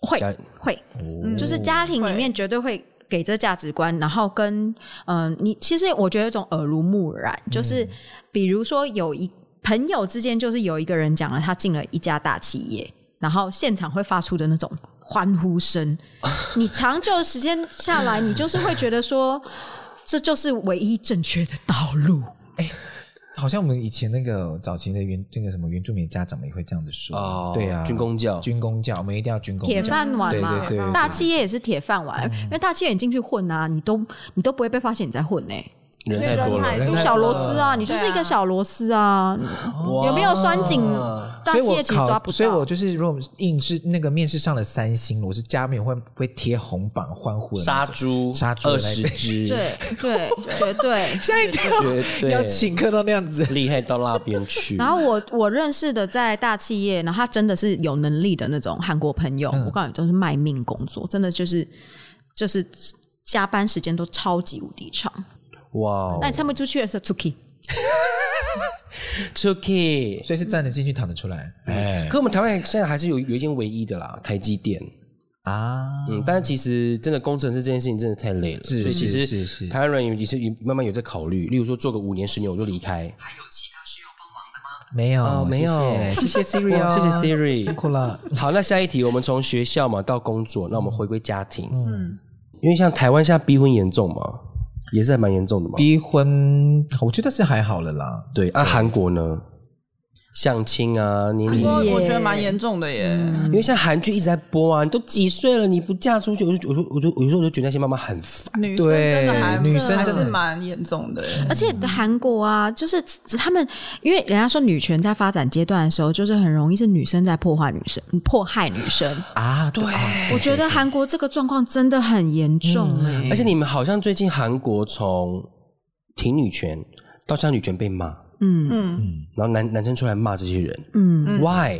会
家
会，
哦
就是家庭里面绝对会给这价值观，然后跟嗯、你其实我觉得有一种耳濡目染，就是
嗯
比如说有一朋友之间，就是有一个人讲了他进了一家大企业，然后现场会发出的那种欢
[LAUGHS]
呼声，你长久的时间下来，你就是会觉得说。这就是唯一正确的道路。
好像我们以前那个早期的原那个什么原住民家长们也会这样子说，
哦
对啊，
军工教
军工教，我们一定要军工
铁
教，
饭碗嘛，
对对嗯对
大企业也是铁饭碗，因为大企业你进去混啊，你都你都不会被发现你在混欸呢、
人太多了，
人太
就
多
小螺丝啊，
对
你就是一个小螺丝啊，有没有拴紧？大
所以
企
我
业其实抓
考，
不到。
所以我就是如果应试那个面试上了三星，我是加冕会会贴红榜欢呼的那
杀
种，
猪
杀猪
二十只，
对对绝
[LAUGHS]
对。
吓一跳，
绝对
要请客到那样子，
厉害到那边
[LAUGHS]
去。
然后我我认识的在大企业，然后他真的是有能力的那种韩国朋友，
嗯
我告诉你都是卖命工作，真的就是就是加班时间都超级无敌长。
哇哦
那你撑不出去的时候出去，
，Turkey。
[LAUGHS] 所以是站得进去，躺得出来，哎
可我们台湾现在还是有有一间唯一的啦，台积电。
啊，
嗯，但是其实真的工程师这件事情真的太累了，
是
所以其
是
实
是是
台湾人也是也慢慢有在考虑，例如说做个五年十年我就离开。
没有、
哦没有
谢
[LAUGHS]
谢谢谢 Siri，、
哇
哦、
谢谢 Siri
辛苦了。
好，那下一题，我们从学校嘛到工作，那我们回归家庭。嗯，因为像台湾现在逼婚严重嘛，也是还蛮严重的嘛。
逼婚，我觉得是还好了啦。
对啊，韩国呢，相亲啊，年
不
龄
过
耶
我觉得蛮严重的耶。
因为像韩剧一直在播啊，你都几岁了，你不嫁出去，我就我就我就有时候我就觉得那些妈妈很烦。
女生真的还
对女生
还
真的
是蛮严重的耶，
嗯
而且韩国啊，就是他们，因为人家说女权在发展阶段的时候，就是很容易是女生在破坏女生，迫害女生。
啊，对，
我觉得韩国这个状况真的很严重哎、
嗯
而且你们好像最近韩国从挺女权到像女权被骂，
嗯
嗯，
然后男男生出来骂这些人、
嗯，
w h y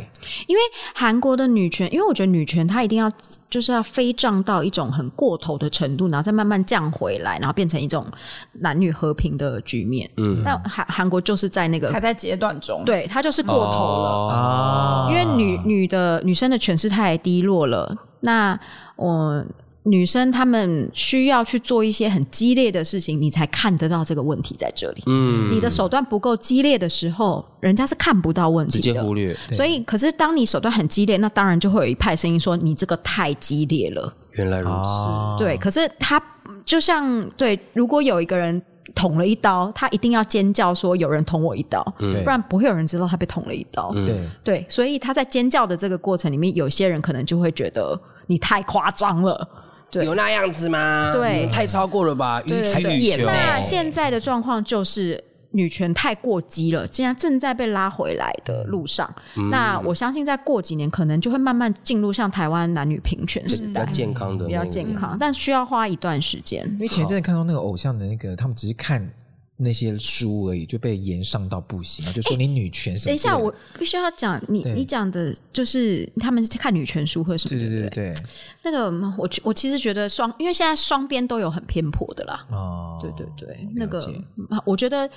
因为韩国的女权，因为我觉得女权她一定要就是要飞涨到一种很过头的程度，然后再慢慢降回来，然后变成一种男女和平的局面。嗯，但韩韩国就是在那
还
个，
在阶段中，
对，她就是过头了。
啊
因为女女的女生的权势太低落了，那我、呃女生她们需要去做一些很激烈的事情，你才看得到这个问题在这里。
嗯，
你的手段不够激烈的时候，人家是看不到问
嗯直
题
接
的
忽。略，
所以，可是当你手段很激烈，那当然就会有一派声音说你这个太激烈了。
原来如此。
啊，
对，可是他就像对，如果有一个人捅了一刀，他一定要尖叫说有人捅我一刀，
对
不然不会有人知道他被捅了一刀。
对，
对，所以他在尖叫的这个过程里面，有些人可能就会觉得你太夸张了。对
有那样子吗？
对
你啊太超过了吧，予取予求。
那现在的状况就是。女权太过激了，竟然正在被拉回来的路上。
嗯
那我相信，再过几年，可能就会慢慢进入像台湾男女平权时
比
代，
较健康的，
比较健。
嗯
康，但需要花一段时间
因。为前阵子看到那个偶像的那个，他们只是看那些书而已，就被延上到不行，就说你女权什么之类的。
等一下，我必须要讲你，
对
你讲的就是他们看女权书或什么
对
的，
对对
不
对对，
那个嗯我我其实觉得双，因为现在双边都有很偏颇的啦。
哦，
对对对，那
了
个啊
解
嗯我觉得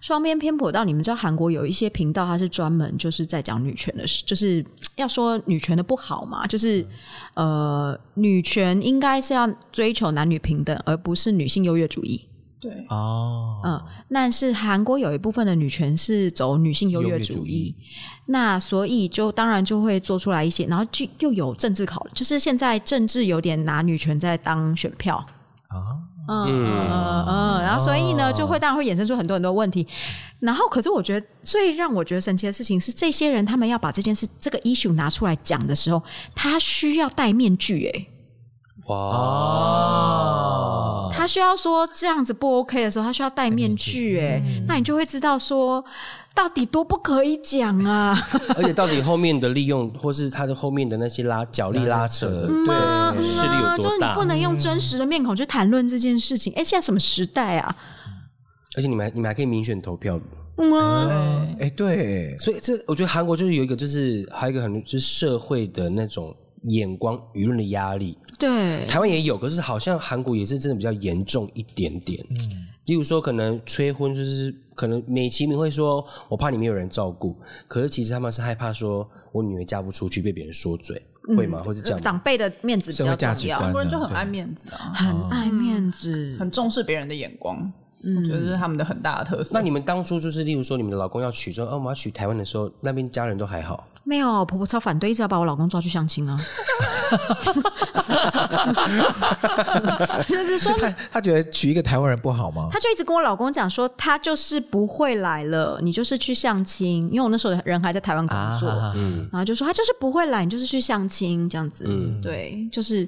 双边偏颇到你们知道韩国有一些频道，它是专门就是在讲女权的事，就是要说女权的不好嘛，就是、呃，女权应该是要追求男女平等，而不是女性优越主义。
对，
哦，
嗯，但是韩国有一部分的女权是走女性优
优
越主义，
越主义
那所以就当然就会做出来一些，然后就又有政治考，就是现在政治有点拿女权在当选票
啊。
嗯嗯嗯嗯，然后所以呢，就会当然会衍生出很多很多问题。然后，可是我觉得最让我觉得神奇的事情是，这些人他们要把这件事这个 issue 拿出来讲的时候，他需要戴面具、欸，
哇，
他需要说这样子不 OK 的时候，他需要戴面具、欸，哎、那你就会知道说到底多不可以讲啊。
而且到底后面的利用，或是他的后面的那些拉脚力拉扯的，
嗯
对势力有
[LAUGHS] 就是
多
你
大
不？能用真实的面孔去谈论这件事情。哎、现在什么时代啊？
而且你们还你们还可以民选投票，
嗯啊，
哎、对，
所以这我觉得韩国就是有一个就是还有一个很就是社会的那种眼光舆论的压力，
哎
对，
台湾也有，可是好像韩国也是真的比较严重一点点。
嗯
例如说可能催婚就是可能美其名会说我怕你没有人照顾，可是其实他们是害怕说我女儿嫁不出去被别人说嘴，
嗯
会吗？会是这
呃
样吗？
长辈的面子比
社
较
会价值
重要
观，
韩国人就很爱面子啊，
很爱面子。
很重视别人的眼光，我觉得这是他们的很大的特色。
那你们当初就是，例如说你们的老公要娶说，哦、我们要娶台湾的时候，那边家人都还好，
没有，婆婆超反对，一直要把我老公抓去
[LAUGHS]
相亲啊。就是说
是，他他觉得娶一个台湾人不好吗？
她就一直跟我老公讲说，她就是不会来了，你就是去相亲。因为我那时候人还在台湾工
啊
作，
嗯，
然后就说她就是不会来，你就是去相亲这样子。
嗯
对，就是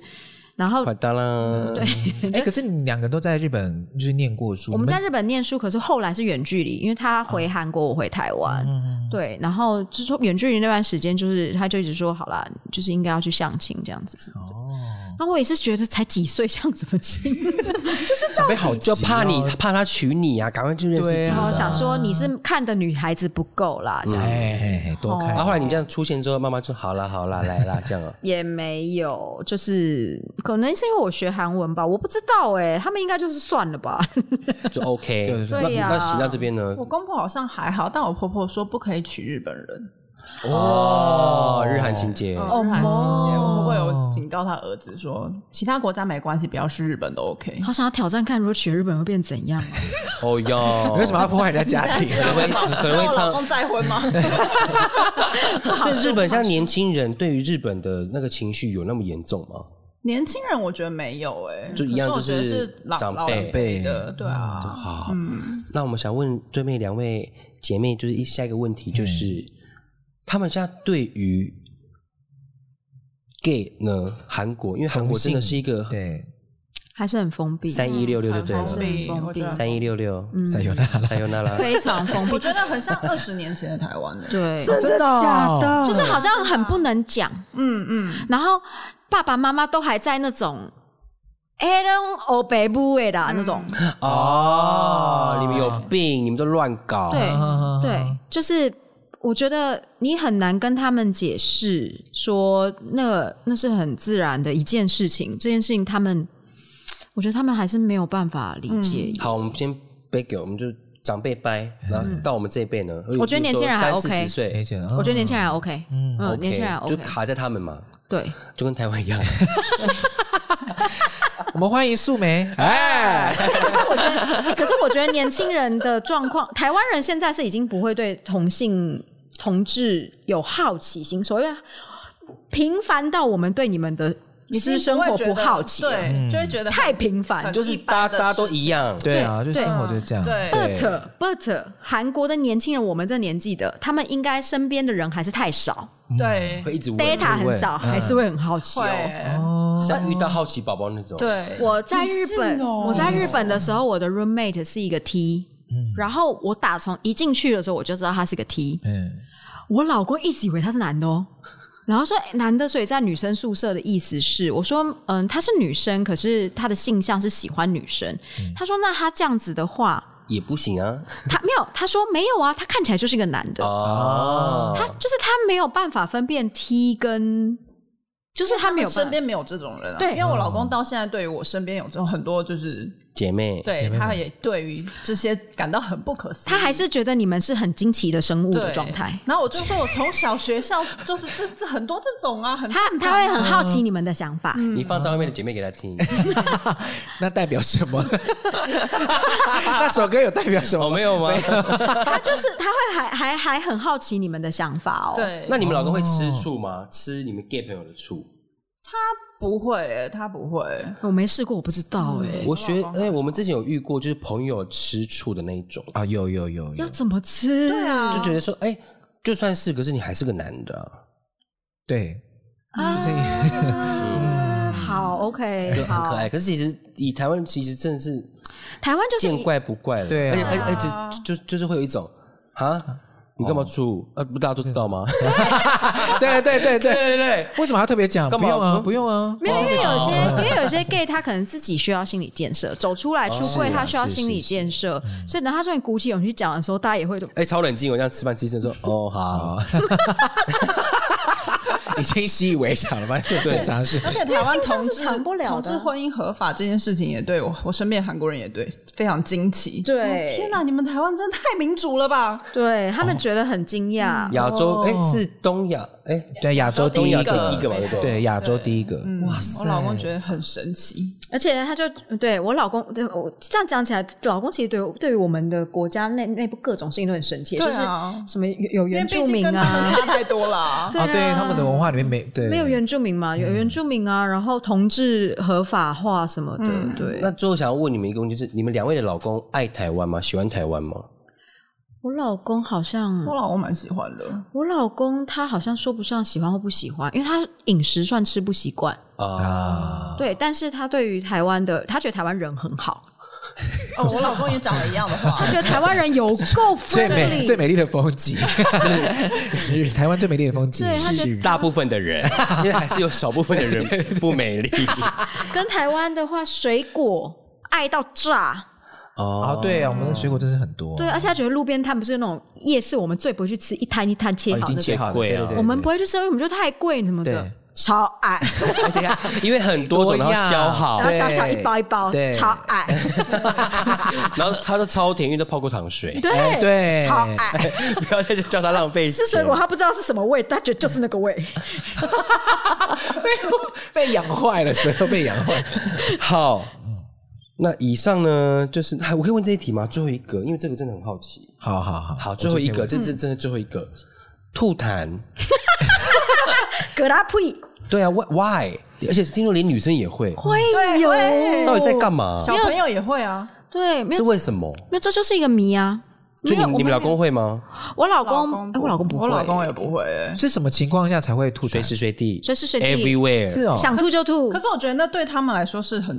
然
哦
后
快当啦，对，
哎、可是你们两个都在日本就是念过书，
我们在日本念书，可是后来是远距离，因为他回韩国，我回台湾。
嗯
对，然后就说远距离那段时间，就是他就一直说好啦，就是应该要去相亲这样子。哦，那我也是觉得才几岁相什么亲，
长辈好 [LAUGHS] 急
就
哦
怕你怕他娶你啊，赶快去认识
对
他。
然后
啊，
想说你是看的女孩子不够啦，这样子、
哎哎哎，多看
哦
啊然后后来你这样出现之后，妈妈就好啦好啦来啦这样
[LAUGHS]
啊，
也没有，就是可能是因为我学韩文吧，我不知道哎、他们应该就是算了吧。 [LAUGHS]
就 OK。
对对
那
对呀
那行到这边呢
我，公婆好像还好，但我婆婆说不可以娶日本人。
哦，日韩情节，
哦，日韩情节，我婆婆有警告她儿子说，其他国家没关系，不要去日本都 OK。
好想要挑战看，如果娶了日本会变怎样、啊？ [LAUGHS]
哦哟，
为什么要破坏人家家庭？
[LAUGHS]
啊
可能会
[LAUGHS] 老
唱？
公再婚吗？
所以日本像年轻人对于日本的那个情绪有那么严重吗？
年轻人我觉得没有哎，
就一样
可是我觉得
就是
是老
长辈嗯
老一辈的，对
嗯
啊，
好，那我们想问对面两位姐妹，就是一下一个问题，就是
嗯
他们现在对于 gay 呢，韩国，因为韩国真的是一个
对，
还是很封闭，
三一六六，对不对
嗯
很？封闭，我觉得
三一六六，
塞尤娜拉，
塞尤那
[LAUGHS]
拉，
非常封闭
我。觉得很像二十年前的台湾欸的。
对，
真的假的？
就是好像很不能讲，嗯嗯，然后爸爸妈妈都还在那种。哎，人欧北部的啦，那种，
哦，你们有病，你们都乱搞，
对对，就是我觉得你很难跟他们解释说那那是很自然的一件事情，这件事情他们，我觉得他们还是没有办法理解。
好，我们先别给，我们就长辈掰，然后到我们这一辈呢，
嗯我觉得年轻人还
三四
OK
十岁哎
理解了。
我觉
得
得年轻人还 OK，嗯，年轻人还
OK，就
OK，
卡在他们嘛，
对， [LAUGHS]
就跟台湾一样。
我们欢迎素梅，哎，
可是我觉得年轻人的状况，台湾人现在是已经不会对同性同志有好奇心，所谓频繁到我们对你们的私生活不好奇了，嗯
对，就会觉得
太频繁。
就是大家大家都一样，
对啊，就
对
生活就是这样，
对
But but 韩国的年轻人，我们这年纪的，他们应该身边的人还是太少
对
嗯会一直问
，data
会
很少，还是会很好奇哦。
会欸
像遇到好奇宝宝那种，，
对，
我在日本，
是哦
我在日本的时候，我的 roommate 是一个 T，、然后我打从一进去的时候，我就知道他是个 T，
嗯，
我老公一直以为他是男的哦，然后说、诶男的，所以在女生宿舍的意思是，我说嗯，他是女生，可是他的性向是喜欢女生。他说那他这样子的话，
也不行啊。
他没有，他说没有啊，他看起来就是一个男的，
哦，
他就是他没有办法分辨 T 跟，就是他没有
身
办法。
边没有这种人啊。
对
哦
因为我老公到现在对于我身边有这种很多就是
姐妹，
对，他也对于这些感到很不可思议。
他还是觉得你们是很惊奇的生物
对
的状态，
然后我就说，我从小学校就是这这很多这种啊，很
他
正常
他
啊
会很好奇你们的想法。
嗯
你放张惠妹的姐妹给她
[LAUGHS]
听，
那代表什么？ [LAUGHS] 那首歌有代表什么？
哦，没有吗？
他就是他会还还还很好奇你们的想法哦。，
对，
[LAUGHS] 那你们老公会吃醋
哦
吗？吃你们 gay 朋友的醋？
不会、欸，他不会、
我没试过，我不知道
嗯
哎、
我学，哎、我们之前有遇过，就是朋友吃醋的那一种，
啊，有有有
要
有，
怎么吃？对啊，
就觉得说，哎、就算是，可是你还是个男的啊、
对，
就
这
样。好，OK，
就很可
好。
爱。可是其实以台湾，其实真的是
台湾就是
见怪不怪了，
对啊
而且而而且就就就是会有一种啊，你
哦
干嘛醋？呃、不大家都知道吗？
[LAUGHS]
[LAUGHS]
对对对对，
对对，
为什么要特别讲？
干
不
嘛
用啊，不用啊，
没有，因为有些，
哦
因为有些 gay 他可能自己需要心理建设，走出来出柜
是啊
他需要
是
心理
是
建设，所以呢，他说你鼓起勇气讲的时候，大家也会
哎、超冷静，我这样吃饭吃一阵说，哦好，
已经习以为常了吧？这种正常事。
而且台湾
因为性向
同
是
志
藏不了的啊
同志婚姻合法这件事情也对我，我身边韩国人也对非常惊奇。
对
天哪，你们台湾真的太民主了吧？
对他们
哦
觉得很惊
嗯
讶。
亚洲
哦
哎、是东亚哎、
对，啊亚洲第一
亚洲第一个
个，
嘛，对不对？
对，亚洲第一个，
嗯
哇
我老公觉得很神奇，
而且他就对我老公，对我这样讲起来，老公其实对我对于我们的国家内内部各种事情都很生气，就
对
是
啊
什么有有原
因为毕
住
竟
民
跟他哦们
啊， [LAUGHS]
差太多了。
啊
啊，对他们的文化里面没对
没有原住民嘛，
嗯
有原住民啊，然后同志合法化什么的，
嗯
对。
那最后想要问你们一个问题，就是你们两位的老公爱台湾吗？喜欢台湾吗？
我老公好像，
我老公蛮喜欢的，
我老公他好像说不上喜欢或不喜欢，因为他饮食算吃不习惯，
哦
啊，
对，但是他对于台湾的，他觉得台湾人很好，
哦，我老公也讲了一样的话
他，觉得台湾人有
[LAUGHS]
够
最美
friendly，
最美丽的
[LAUGHS]
风景，是台湾最美丽的风景
对他觉得
是
大部分的
[LAUGHS]
人，因为还是有少部分的人不美丽。
跟台湾的话，水果爱到炸，
哦
哦，，对啊，我们的水果真是很多，
对，而且啊他觉得路边摊不是那种夜市，我们最不会去吃一摊一摊切
哦，已
好
经
的，
切好了，
最贵
对
啊
对对，
我们不会去吃，因为我们觉得太贵什么的
对，
超爱，
因为很多种，然后
多样
消耗
然后
对，
小小一包一包
对，
超爱，
然后他都超甜，因为都泡过糖水，
哎
对
对哎
超爱。
[LAUGHS] 不要再叫他浪费钱
[LAUGHS] 吃水果，他不知道是什么味，他觉得就是那个味。
被养坏了，舌头被养坏。
好，那以上呢，就是哎我可以问这一题吗？最后一个，因为这个真的很好奇。
好好好，
好，最后一个，这这真的最后一个，吐痰。
格拉呸，
对啊，why-，why？而且听说连女生也会，
会有
到底在干嘛？
小朋友也会啊。
对，没
是
有
为什么？
没有，这就是一个谜啊。
就
没有
你你们老，
我
公会吗？
我老
老
公，哎，
不
我老公不会，
我老公也不会欸。
是什么情况下才会吐
随
痰？
时随地，
随时随地
是
everywhere。
哦，
想吐就吐
可，是我觉得那对他们来说是很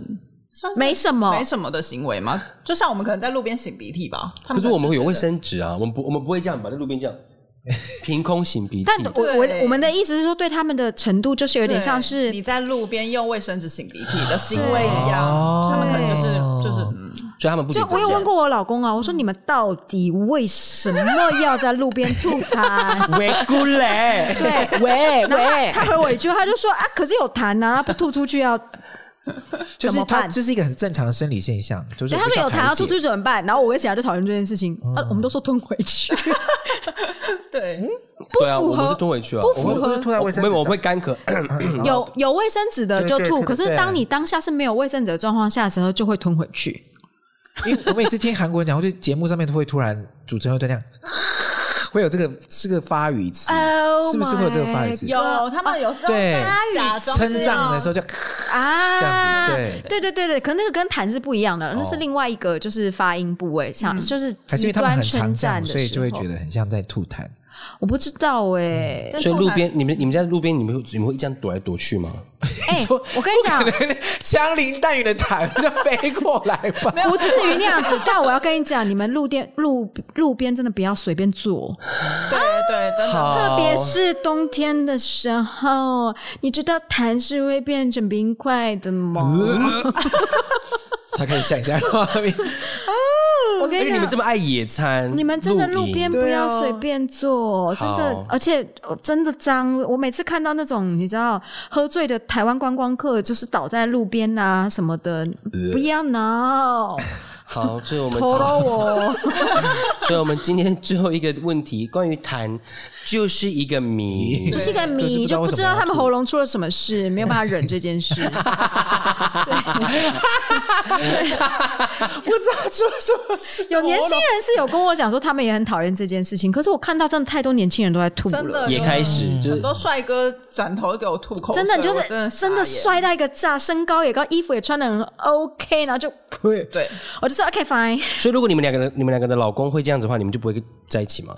算是
没什么
没什么的行为嘛。就像我们可能在路边擤鼻涕吧，他
可是
能
我们会有
就觉
卫
得
生纸啊，我们不我们不会这样把在路边这样 [LAUGHS] 凭空擤鼻涕。
但我我
对
我们的意思是说，对他们的程度就是有点像
对
是
你在路边用卫生纸擤鼻涕的行为一样，
哦
他们可能就是就是嗯，
所以他们不仅
就我有
这样
问过我老公啊，我说你们到底为什么要在路边吐 [LAUGHS] 痰？
维古
[LAUGHS]
雷，
对
喂
然后他他回我一句，他就说啊，可是有痰啊，不吐出去要。
就
怎
是
么
他
办
这是一个很正常的生理现象，就是
对，他们有痰要
出
吐出去怎么办？然后我跟小孩就讨论这件事情，
嗯
啊，我们都说吞回去，
对，
对啊，
符合
我们是吞回去啊，
不
我
符
们
合
吐在卫生
没
纸
有，我
上
们会干 [LAUGHS] 咳，
有 [LAUGHS] 有卫生纸的就
对对
吐，
对
可是
对
当你当下是没有卫生纸的状况下的时候，就会吞回去。
因为我每次听韩国人讲，或者节目上面都会突然主持人会这样，会有这个是个发语词，
[LAUGHS] Oh
是不是会有这个发语词？
啊
有他们有时候
对，
假
哦
装
称赞的时候就
啊，
这
[LAUGHS]
样子哦
对对对对可那个跟痰是不一样的，那是另外一个就是发音部位，像就是
还是因
极
为他们
端
很常
称
这
赞
样，
的时候，
所以就会觉得很像在吐痰。
我不知道哎，
所以路边你们你们在路边你们会你们会这样躲来躲去 [LAUGHS] 吗？
哎，我跟你讲，
枪林弹雨的
[LAUGHS]
痰就飞过来
[LAUGHS]
吧，
不至于那样子，但我要跟你讲，你们路边路路边真的不要随便
哦
坐，
对对，真的
特别是冬天的时候，你知道痰是会变成冰
嗯
块的吗？
他开始想象画面，
我跟
而且哎你
你讲
们这么爱野餐，
啊你们真的路
营
边不
对
要
啊
随便坐，真的
好，
而且呃真的脏。我每次看到那种你知道喝醉的台湾观光客，就是倒在路边啊什么的，
呃
不要
[LAUGHS]
闹，
好，这是我们
拖到我。
所以，我们今天最后一个问题，关于痰就是一个谜，
[LAUGHS] 就是一个谜，
对
就
就
不
不知道为什么
知道他们喉咙出了什么事，没有办法忍这件事。
不知道出了什么事。
有年轻人是有跟我讲说，他们也很讨厌这件事情，可是我看到真的太多年轻人都在吐
真
了。
的
也开
嗯
始就
很
是
多帅哥转头给我吐口
[LAUGHS]
水，
真的你就
哦我真
是真的
傻眼
摔到一个炸，身高也高，衣服也穿的很 OK，然后就
对。
对，
我就说 OK fine，
所以，如果你们两个的你们两个的老公会这样子的话，你们就不会在一起吗？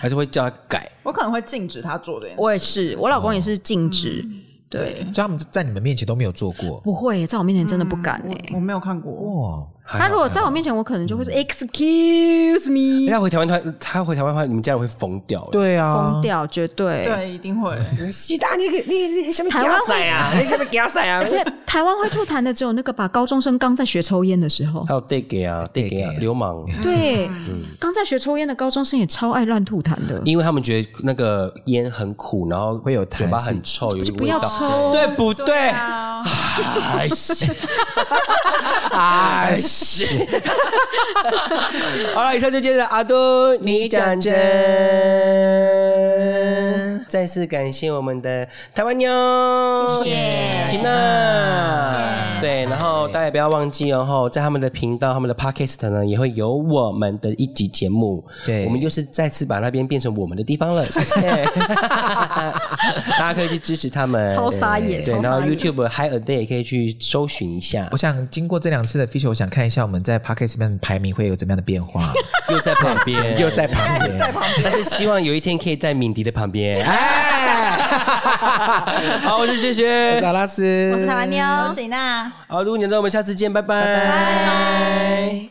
还是会叫他改？
我可能会禁止他做这件事。
我也是，我老公也是禁止，哦嗯对，
所以他们在你们面前都没有做过。哦
不会耶，在我面前真的不敢哎、
嗯我没有看过，
哇，
他如果在我面前，我可能就会说 Excuse me，
人家回台湾，他他回台湾的话，你们家人会疯掉。，
对啊
哦
疯，掉，绝对。
对，一定会。
西大，你你你下面
台湾会
塞
[LAUGHS]
啊，你下面给他塞啊
而。且台湾会吐痰的只有那个吧，高中生刚在学抽烟的时候，
还有对给啊，对给啊，流氓，
对，刚在学抽烟的高中生也超爱乱吐痰的，
因为他们觉得那个烟很苦，然后会有嘴巴
痰
很臭，有一个
不
味
要
道，
抽哦。
对不对？
啊，
哎是，哎是。好了，以上就接着阿都你讲真。再次感谢我们的台湾妞，谢谢行娜。对，然后大家也不要忘记哦，吼在他们的频道、他们的 podcast 呢，也会有我们的一集节目。
对
我们又是再次把那边变成我们的地方了，谢 [LAUGHS] 谢。大家可以去支持他们，
超傻眼
对，
超傻眼
然后 YouTube Hi a Day 也可以去搜寻一下
我，想经过这两次的 feature，我想看一下我们在 podcast 里面的排名会有怎么样的变 [LAUGHS] 化，
[LAUGHS] 又在旁边，
又 [LAUGHS] 在旁边，
但是希望有一天可以在敏迪的旁边。哎好，我是轩
我是
轩，
阿拉斯，
我是台湾妞，
行啊。
好，如果你知道，我们下次见，拜拜。